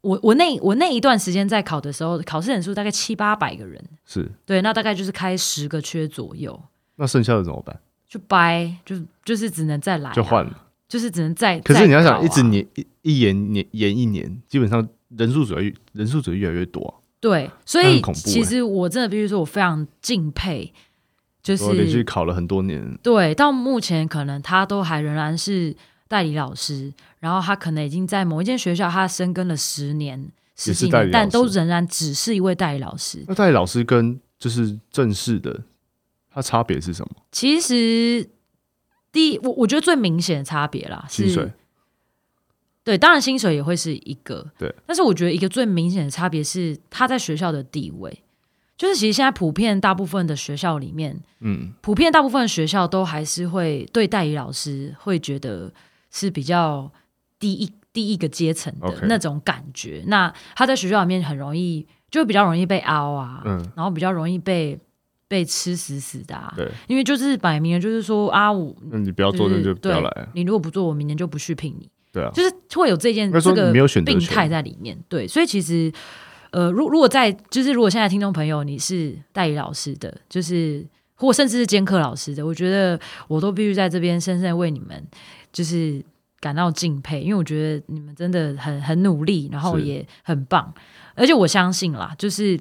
[SPEAKER 2] 我我那我那一段时间在考的时候，考试人数大概七八百个人，
[SPEAKER 1] 是
[SPEAKER 2] 对，那大概就是开十个缺左右，
[SPEAKER 1] 那剩下的怎么办？
[SPEAKER 2] 就掰，就就是只能再来、啊
[SPEAKER 1] 就换，了。
[SPEAKER 2] 就是只能哎再。
[SPEAKER 1] 可是你要
[SPEAKER 2] 再考
[SPEAKER 1] 想，
[SPEAKER 2] 啊
[SPEAKER 1] 一直年一一延年延一年，基本上人数只会人数只会越来越多啊，
[SPEAKER 2] 对，所
[SPEAKER 1] 那很
[SPEAKER 2] 以
[SPEAKER 1] 恐怖欸
[SPEAKER 2] 其实我真的必须说，我非常敬佩，就
[SPEAKER 1] 我连续
[SPEAKER 2] 是
[SPEAKER 1] 考了很多年，
[SPEAKER 2] 对，到目前可能他都还仍然是代理老师，然后他可能已经在某一间学校他深耕了十年、十
[SPEAKER 1] 也是
[SPEAKER 2] 几
[SPEAKER 1] 代理
[SPEAKER 2] 年，但
[SPEAKER 1] 老
[SPEAKER 2] 都
[SPEAKER 1] 师
[SPEAKER 2] 仍然只是一位代理老师。
[SPEAKER 1] 那代理老师跟就是正式的，它差别是什么？
[SPEAKER 2] 其实第一，我我觉得最明显的差别啦，
[SPEAKER 1] 薪水
[SPEAKER 2] 是对，当然薪水也会是一个，
[SPEAKER 1] 对。
[SPEAKER 2] 但是我觉得一个最明显的差别是他在学校的地位，就是其实现在普遍大部分的学校里面，
[SPEAKER 1] 嗯，
[SPEAKER 2] 普遍大部分的学校都还是会对代理老师会觉得是比较低一第一个阶层的
[SPEAKER 1] OK
[SPEAKER 2] 那种感觉。那他在学校里面很容易就比较容易被凹啊，
[SPEAKER 1] 嗯
[SPEAKER 2] 然后比较容易被被吃死死的、啊，
[SPEAKER 1] 对，
[SPEAKER 2] 因为就是摆明了就是说啊，我
[SPEAKER 1] 那你不要做，
[SPEAKER 2] 就
[SPEAKER 1] 那
[SPEAKER 2] 是
[SPEAKER 1] 就不要
[SPEAKER 2] 嗯对
[SPEAKER 1] 来啊，
[SPEAKER 2] 你如果不做，我明年就不续聘你。
[SPEAKER 1] 对啊，
[SPEAKER 2] 就是会有这件
[SPEAKER 1] 应该
[SPEAKER 2] 这
[SPEAKER 1] 说
[SPEAKER 2] 个
[SPEAKER 1] 你没有选择
[SPEAKER 2] 病
[SPEAKER 1] 权
[SPEAKER 2] 态在里面。对，所以其实呃，如如果在就是如果现在听众朋友你是代理老师的，就是呃或甚至是兼课老师的，我觉得我都必须在这边深深地为你们就是感到敬佩，因为我觉得你们真的很很努力，然后
[SPEAKER 1] 是
[SPEAKER 2] 也很棒，而且我相信啦，就是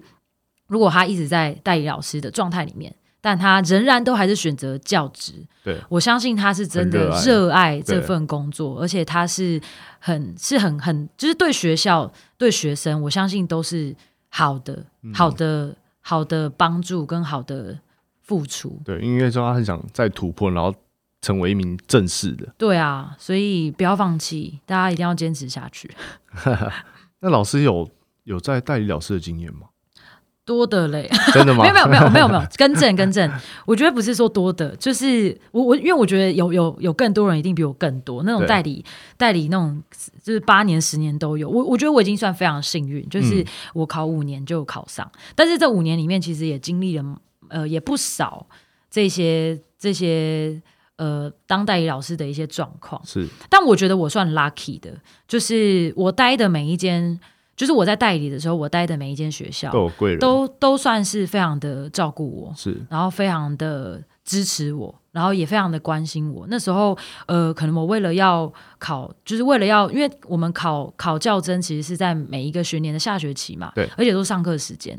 [SPEAKER 2] 如果他一直在代理老师的状态里面。但他仍然都还是选择教职，
[SPEAKER 1] 对
[SPEAKER 2] 我相信他是真的
[SPEAKER 1] 很热爱
[SPEAKER 2] 热爱这
[SPEAKER 1] 对
[SPEAKER 2] 份工作，而且他是很是很很，就是对学校、对学生，我相信都是好的、好的、好的帮助跟好的付出。
[SPEAKER 1] 对，应该说他很想再突破，然后成为一名正式的。
[SPEAKER 2] 对啊，所以不要放弃，大家一定要坚持下去。
[SPEAKER 1] 那老师有有在代理老师的经验 吗？
[SPEAKER 2] 多的嘞，
[SPEAKER 1] 真的吗？
[SPEAKER 2] 没有没有没有没有没有，更正更正，我觉得不是说多的，就是我我因为我觉得有有有更多人一定比我更多那种
[SPEAKER 1] 对
[SPEAKER 2] 代理代理那种就是八年十年都有，我我觉得我已经算非常幸运，就是
[SPEAKER 1] 嗯
[SPEAKER 2] 我考五年就考上，但是这五年里面其实也经历了呃也不少这些这些呃当代理老师的一些状况，
[SPEAKER 1] 是
[SPEAKER 2] 但我觉得我算 lucky 的，就是我待的每一间。就是我在代理的时候，我待的每一间学校
[SPEAKER 1] 都有贵人，
[SPEAKER 2] 都都算是非常的照顾我，
[SPEAKER 1] 是
[SPEAKER 2] 然后非常的支持我，然后也非常的关心我。那时候，呃，可能我为了要考，就是为了要，因为我们考考教甄其实是在每一个学年的下学期嘛，
[SPEAKER 1] 对
[SPEAKER 2] 而且都是上课时间。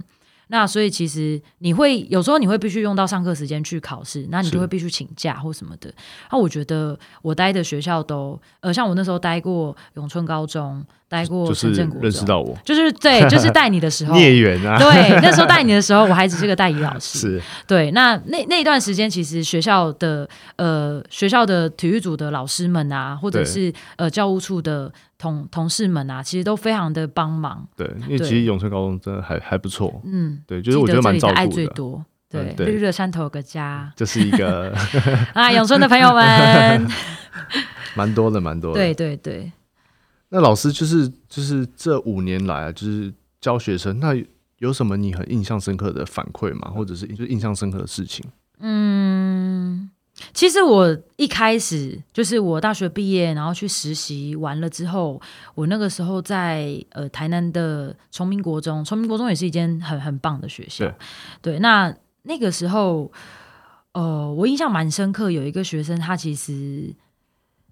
[SPEAKER 2] 那所以其实你会有时候你会必须用到上课时间去考试，那你
[SPEAKER 1] 是
[SPEAKER 2] 就会必须请假或什么的。那我觉得我待的学校都，呃，像我那时候待过永春高中，待过
[SPEAKER 1] 就是
[SPEAKER 2] 深圳国中，
[SPEAKER 1] 认识到我
[SPEAKER 2] 就是对，就是带你的 时候，
[SPEAKER 1] 孽缘啊，
[SPEAKER 2] 对，那时候带你的时候，我还只是个代理老师。
[SPEAKER 1] 是
[SPEAKER 2] 对，那那那一段时间，其实学校的呃学校的体育组的老师们啊，或者
[SPEAKER 1] 对
[SPEAKER 2] 是呃教务处的同同事们啊，其实都非常的帮忙。
[SPEAKER 1] 对，因为
[SPEAKER 2] 对
[SPEAKER 1] 其实永春高中真的还还不错，
[SPEAKER 2] 嗯，
[SPEAKER 1] 对，就是我
[SPEAKER 2] 记
[SPEAKER 1] 觉得
[SPEAKER 2] 这
[SPEAKER 1] 蛮
[SPEAKER 2] 里
[SPEAKER 1] 照
[SPEAKER 2] 的爱
[SPEAKER 1] 顾
[SPEAKER 2] 最
[SPEAKER 1] 的，
[SPEAKER 2] 多。对，
[SPEAKER 1] 嗯对
[SPEAKER 2] 绿绿的山头有个家
[SPEAKER 1] 就是一 个
[SPEAKER 2] 啊，永春的朋 友们，
[SPEAKER 1] 蛮多的，蛮多的。
[SPEAKER 2] 对对对，
[SPEAKER 1] 那老师就是就是这五年来啊，就是教学生，那有什么你很印象深刻的反馈吗？或者是就是印象深刻的事情？
[SPEAKER 2] 嗯，其实我一开始就是我大学毕业，然后去实习完了之后，我那个时候在呃台南的崇明国中，崇明国中也是一间很很棒的学校。对，那那个时候，呃，我印象蛮深刻，有一个学生，她其实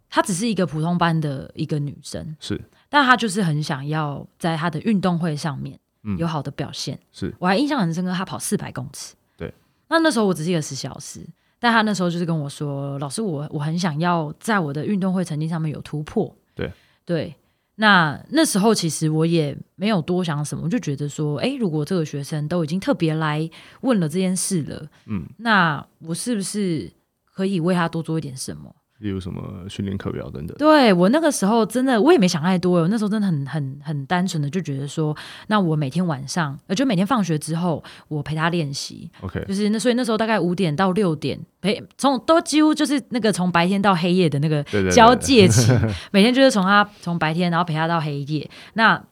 [SPEAKER 2] 她只是一个普通班的一个女生，
[SPEAKER 1] 是
[SPEAKER 2] 但她就是很想要在她的运动会上面
[SPEAKER 1] 嗯
[SPEAKER 2] 有好的表现。
[SPEAKER 1] 是
[SPEAKER 2] 我还印象很深刻，她跑四百公尺。
[SPEAKER 1] 对，
[SPEAKER 2] 那那时候我只是一个实习老师，但她那时候就是跟我说：“老师我，我很想要在我的运动会成绩上面有突破。
[SPEAKER 1] 对”
[SPEAKER 2] 对。那那时候其实我也没有多想什么，我就觉得说，诶，如果这个学生都已经特别来问了这件事了，
[SPEAKER 1] 嗯，
[SPEAKER 2] 那我是不是可以为他多做一点什么？
[SPEAKER 1] 例如什么训练课表等等。
[SPEAKER 2] 对我那个时候真的，我也没想太多，我那时候真的很很很单纯的就觉得说，那我每天晚上，呃，就每天放学之后，我陪他练习，
[SPEAKER 1] OK，
[SPEAKER 2] 就是那所以那时候大概五点到六点陪，从都几乎就是那个从白天到黑夜的那个
[SPEAKER 1] 对对对
[SPEAKER 2] 交界 期，每天就是从他从白天然后陪他到黑夜。那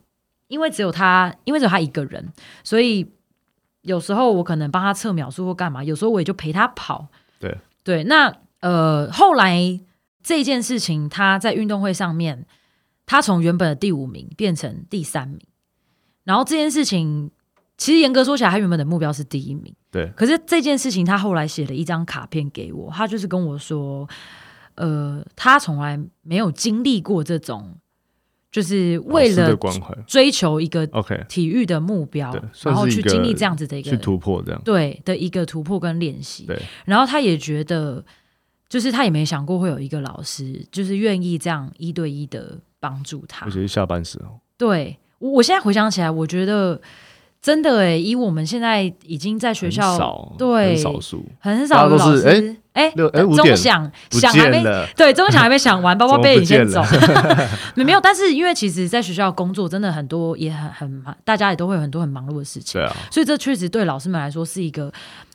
[SPEAKER 2] 因为只有他，因为只有他一个人，所以有时候我可能帮他测秒数或干嘛，有时候我也就陪他跑。
[SPEAKER 1] 对
[SPEAKER 2] 对，那呃，后来这件事情他在运动会上面，他从原本的第五名变成第三名，然后这件事情其实严格说起来，他原本的目标是第一名。
[SPEAKER 1] 对，
[SPEAKER 2] 可是这件事情，他后来写了一张卡片给我，他就是跟我说，呃，他从来没有经历过这种，就是为
[SPEAKER 1] 老师
[SPEAKER 2] 了
[SPEAKER 1] 的关怀
[SPEAKER 2] 追求一个
[SPEAKER 1] ，OK，
[SPEAKER 2] 体育的目标
[SPEAKER 1] 对，
[SPEAKER 2] 然
[SPEAKER 1] 算
[SPEAKER 2] 后
[SPEAKER 1] 是
[SPEAKER 2] 去
[SPEAKER 1] 一个
[SPEAKER 2] 经历这样子的一
[SPEAKER 1] 去
[SPEAKER 2] 个
[SPEAKER 1] 突破这样。
[SPEAKER 2] 对的一个突破跟练习。
[SPEAKER 1] 对，
[SPEAKER 2] 然后他也觉得，就是他也没想过会有一个老师，就是愿意这样一对一的帮助他
[SPEAKER 1] 尤。其是下班时候，
[SPEAKER 2] 对我，我现在回想起来，我觉得真的诶，以我们现在已经在学
[SPEAKER 1] 很
[SPEAKER 2] 校
[SPEAKER 1] 少，
[SPEAKER 2] 对
[SPEAKER 1] 很少数，
[SPEAKER 2] 很少有
[SPEAKER 1] 大家
[SPEAKER 2] 老
[SPEAKER 1] 都是
[SPEAKER 2] 师哎
[SPEAKER 1] 六哎五
[SPEAKER 2] 钟
[SPEAKER 1] 点
[SPEAKER 2] 响
[SPEAKER 1] 不
[SPEAKER 2] 响还
[SPEAKER 1] 见
[SPEAKER 2] 没
[SPEAKER 1] 了，
[SPEAKER 2] 对钟响还没 响完，包包
[SPEAKER 1] 怎么
[SPEAKER 2] 被
[SPEAKER 1] 不
[SPEAKER 2] 你先
[SPEAKER 1] 见
[SPEAKER 2] 走
[SPEAKER 1] 了，
[SPEAKER 2] 没没有，但是因为其实在学校工作真的很多也很很忙，大家也都会有很多很忙碌的事情，
[SPEAKER 1] 对啊，
[SPEAKER 2] 所以这确实对老师们来说是一个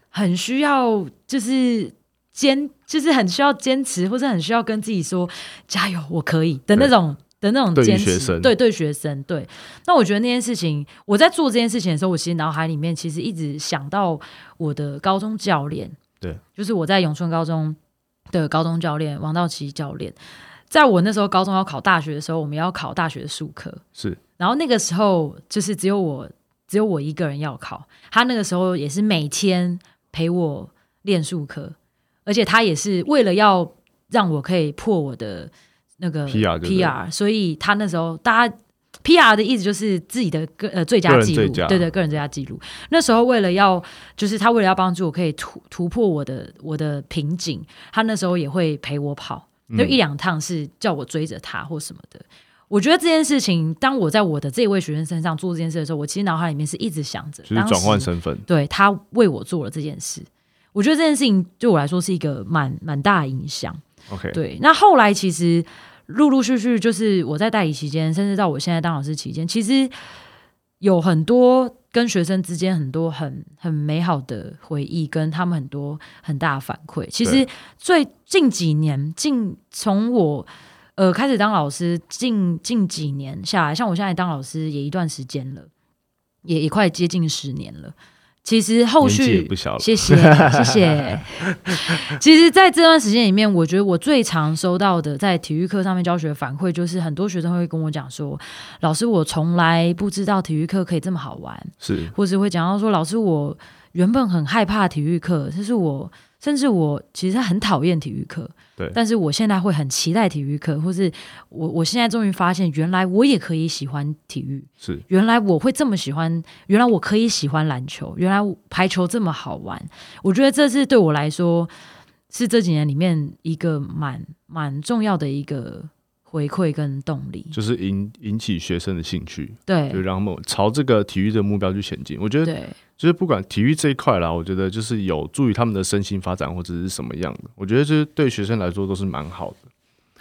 [SPEAKER 2] 很需要就是。坚就是很需要坚持，或者很需要跟自己说加油，我可以的那
[SPEAKER 1] 对
[SPEAKER 2] 种的那种
[SPEAKER 1] 对于
[SPEAKER 2] 坚持。
[SPEAKER 1] 学生
[SPEAKER 2] 对对学生，对。那我觉得那件事情，我在做这件事情的时候，我其实脑海里面其实一直想到我的高中教练，
[SPEAKER 1] 对，
[SPEAKER 2] 就是我在永春高中的高中教练王道奇教练。在我那时候高中要考大学的时候，我们要考大学的数科，
[SPEAKER 1] 是
[SPEAKER 2] 然后那个时候就是只有我只有我一个人要考，他那个时候也是每天陪我练数科，而且他也是为了要让我可以破我的那个
[SPEAKER 1] PR 就对
[SPEAKER 2] PR，所以他那时候大家 PR 的意思就是自己的个呃最佳
[SPEAKER 1] 个人
[SPEAKER 2] 记录，
[SPEAKER 1] 最佳
[SPEAKER 2] 对对，个人最佳记录。那时候为了要就是他为了要帮助我可以突突破我的我的瓶颈，他那时候也会陪我跑，就
[SPEAKER 1] 嗯
[SPEAKER 2] 一两趟是叫我追着他或什么的。我觉得这件事情，当我在我的这一位学生身上做这件事的时候，我其实脑海里面是一直想着，
[SPEAKER 1] 就是
[SPEAKER 2] 当时
[SPEAKER 1] 转换身份，
[SPEAKER 2] 对他为我做了这件事。我觉得这件事情对我来说是一个蛮蛮大的影响。
[SPEAKER 1] OK，
[SPEAKER 2] 对，那后来其实陆陆续续，就是我在代理期间，甚至到我现在当老师期间，其实有很多跟学生之间很多很很美好的回忆，跟他们很多很大的反馈。其实最近几年，近从我呃开始当老师，近近几年下来，像我现在当老师也一段时间了，也也快接近十年了。其实后
[SPEAKER 1] 年纪也
[SPEAKER 2] 续
[SPEAKER 1] 不小了，
[SPEAKER 2] 谢谢谢 谢。其实，在这段时间里面，我觉得我最常收到的在体育课上面教学的反馈，就是很多学生会跟我讲说：“老师，我从来不知道体育课可以这么好玩。”
[SPEAKER 1] 是
[SPEAKER 2] 或是会讲到说：“老师，我原本很害怕体育课，就是我甚至我其实很讨厌体育课，
[SPEAKER 1] 对
[SPEAKER 2] 但是我现在会很期待体育课，或是我我现在终于发现，原来我也可以喜欢体育。”
[SPEAKER 1] 是
[SPEAKER 2] 原来我会这么喜欢，原来我可以喜欢篮球，原来排球这么好玩。我觉得这是对我来说是这几年里面一个蛮蛮重要的一个回馈跟动力。
[SPEAKER 1] 就是引引起学生的兴趣，就
[SPEAKER 2] 对
[SPEAKER 1] 让他们朝这个体育的目标去前进。我觉得
[SPEAKER 2] 对
[SPEAKER 1] 就是不管体育这一块啦，我觉得就是有助于他们的身心发展或者是什么样的，我觉得就是对学生来说都是蛮好的。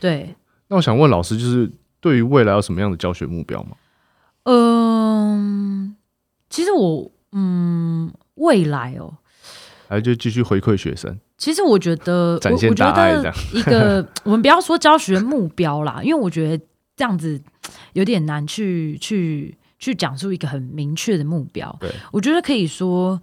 [SPEAKER 2] 对，
[SPEAKER 1] 那我想问老师，就是对于未来有什么样的教学目标吗？
[SPEAKER 2] 嗯、其实我嗯，未来哦，
[SPEAKER 1] 还是就继续回馈学生？
[SPEAKER 2] 其实我觉得，我
[SPEAKER 1] 展现
[SPEAKER 2] 我觉
[SPEAKER 1] 大爱这
[SPEAKER 2] 得
[SPEAKER 1] 样
[SPEAKER 2] 一个， 我们不要说教学目标啦，因为我觉得这样子有点难去去去讲出一个很明确的目标。
[SPEAKER 1] 对，
[SPEAKER 2] 我觉得可以说，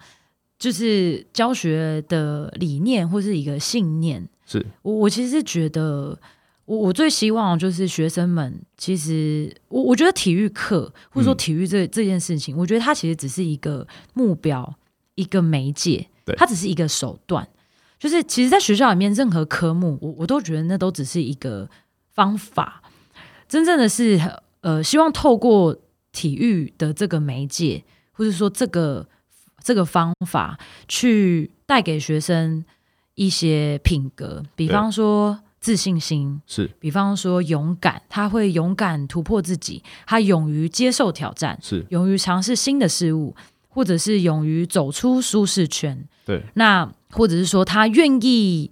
[SPEAKER 2] 就是教学的理念或是一个信念。
[SPEAKER 1] 是
[SPEAKER 2] 我我其实觉得，我我最希望就是学生们，其实我我觉得体育课或者说
[SPEAKER 1] 嗯
[SPEAKER 2] 体育这、这件事情，我觉得它其实只是一个目标，一个媒介
[SPEAKER 1] 对，
[SPEAKER 2] 它只是一个手段。就是其实，在学校里面任何科目，我我都觉得那都只是一个方法。真正的是，呃，希望透过体育的这个媒介，或者说这个这个方法，去带给学生一些品格，比
[SPEAKER 1] 对
[SPEAKER 2] 方说自信心，
[SPEAKER 1] 是
[SPEAKER 2] 比方说勇敢，他会勇敢突破自己，他勇于接受挑战，
[SPEAKER 1] 是，
[SPEAKER 2] 勇于尝试新的事物，或者是勇于走出舒适圈。
[SPEAKER 1] 对，
[SPEAKER 2] 那或者是说他愿意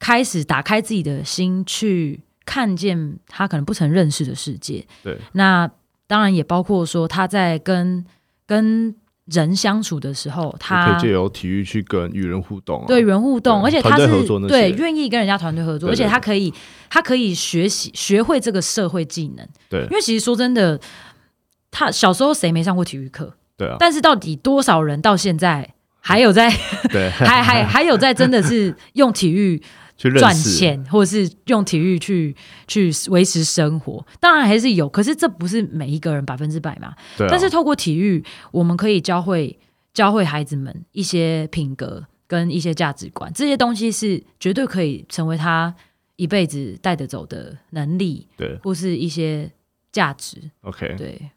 [SPEAKER 2] 开始打开自己的心，去看见他可能不曾认识的世界。
[SPEAKER 1] 对，
[SPEAKER 2] 那当然也包括说他在跟跟人相处的时候，
[SPEAKER 1] 也可
[SPEAKER 2] 他
[SPEAKER 1] 以借由体育去跟与人互动、啊。
[SPEAKER 2] 对，人互动，
[SPEAKER 1] 对
[SPEAKER 2] 而且他
[SPEAKER 1] 团队
[SPEAKER 2] 是
[SPEAKER 1] 合作那些
[SPEAKER 2] 对愿意跟人家团队合作，
[SPEAKER 1] 对
[SPEAKER 2] 而
[SPEAKER 1] 对
[SPEAKER 2] 且他可以他可以学习学会这个社会技能。
[SPEAKER 1] 对
[SPEAKER 2] 因为其实说真的，他小时候谁没上过体育课？
[SPEAKER 1] 对啊，
[SPEAKER 2] 但是到底多少人到现在还有在
[SPEAKER 1] 对， 啊
[SPEAKER 2] 还还还有在真的是用体育
[SPEAKER 1] 去认
[SPEAKER 2] 赚
[SPEAKER 1] 识。
[SPEAKER 2] 钱，或者是用体育去去维持生活？当然还是有，可是这不是每一个人百分之百嘛。
[SPEAKER 1] 对啊，
[SPEAKER 2] 但是透过体育，我们可以教会教会孩子们一些品格跟一些价值观，这些东西是绝对可以成为他一辈子带得走的能力，
[SPEAKER 1] 对
[SPEAKER 2] 或是一些价值。
[SPEAKER 1] ，OK。
[SPEAKER 2] 对，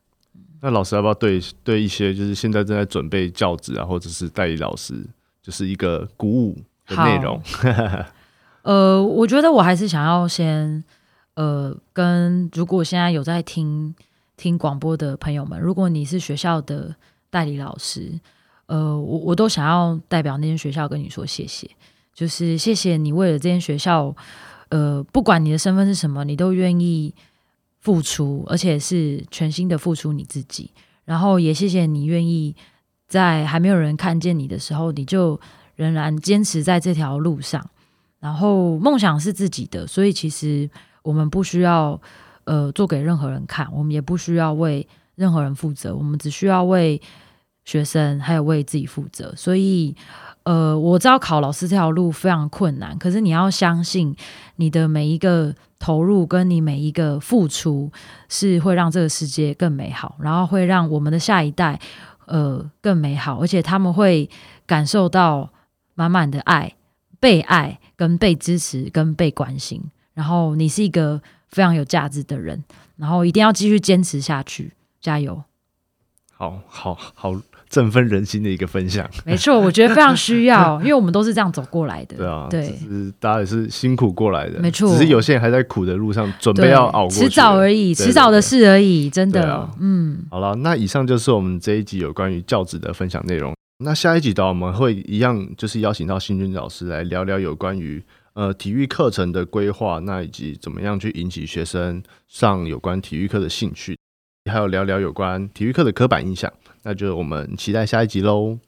[SPEAKER 1] 那老师要不要对对一些就是现在正在准备教职啊，或者是代理老师，就是一个鼓舞的内容？
[SPEAKER 2] 呃，我觉得我还是想要先呃，跟如果现在有在听听广播的朋友们，如果你是学校的代理老师，呃，我我都想要代表那间学校跟你说谢谢，就是谢谢你为了这间学校，呃，不管你的身份是什么，你都愿意付出，而且是全心的付出你自己，然后也谢谢你愿意在还没有人看见你的时候，你就仍然坚持在这条路上。然后梦想是自己的，所以其实我们不需要呃做给任何人看，我们也不需要为任何人负责，我们只需要为学生还有为自己负责。所以呃，我知道考老师这条路非常困难，可是你要相信你的每一个投入跟你每一个付出是会让这个世界更美好，然后会让我们的下一代呃更美好，而且他们会感受到满满的爱。被爱、跟被支持、跟被关心。然后你是一个非常有价值的人，然后一定要继续坚持下去，加油！
[SPEAKER 1] 好好好，振奋人心的一个分享。
[SPEAKER 2] 没错，我觉得非常需要，因为我们都是这样走过来的。
[SPEAKER 1] 对啊，
[SPEAKER 2] 对
[SPEAKER 1] 就是大家也是辛苦过来的，
[SPEAKER 2] 没错
[SPEAKER 1] 只是有些人还在苦的路上，准备
[SPEAKER 2] 对
[SPEAKER 1] 要熬过去
[SPEAKER 2] 迟早而已，
[SPEAKER 1] 对
[SPEAKER 2] 迟早的事而已，真
[SPEAKER 1] 对
[SPEAKER 2] 的。
[SPEAKER 1] 啊
[SPEAKER 2] 嗯，
[SPEAKER 1] 好了，那以上就是我们这一集有关于教职的分享内容。那下一集的话我们会一样，就是邀请到新军老师来聊聊有关于呃体育课程的规划，那以及怎么样去引起学生上有关体育课的兴趣，还有聊聊有关体育课的刻板印象。那就我们期待下一集喽，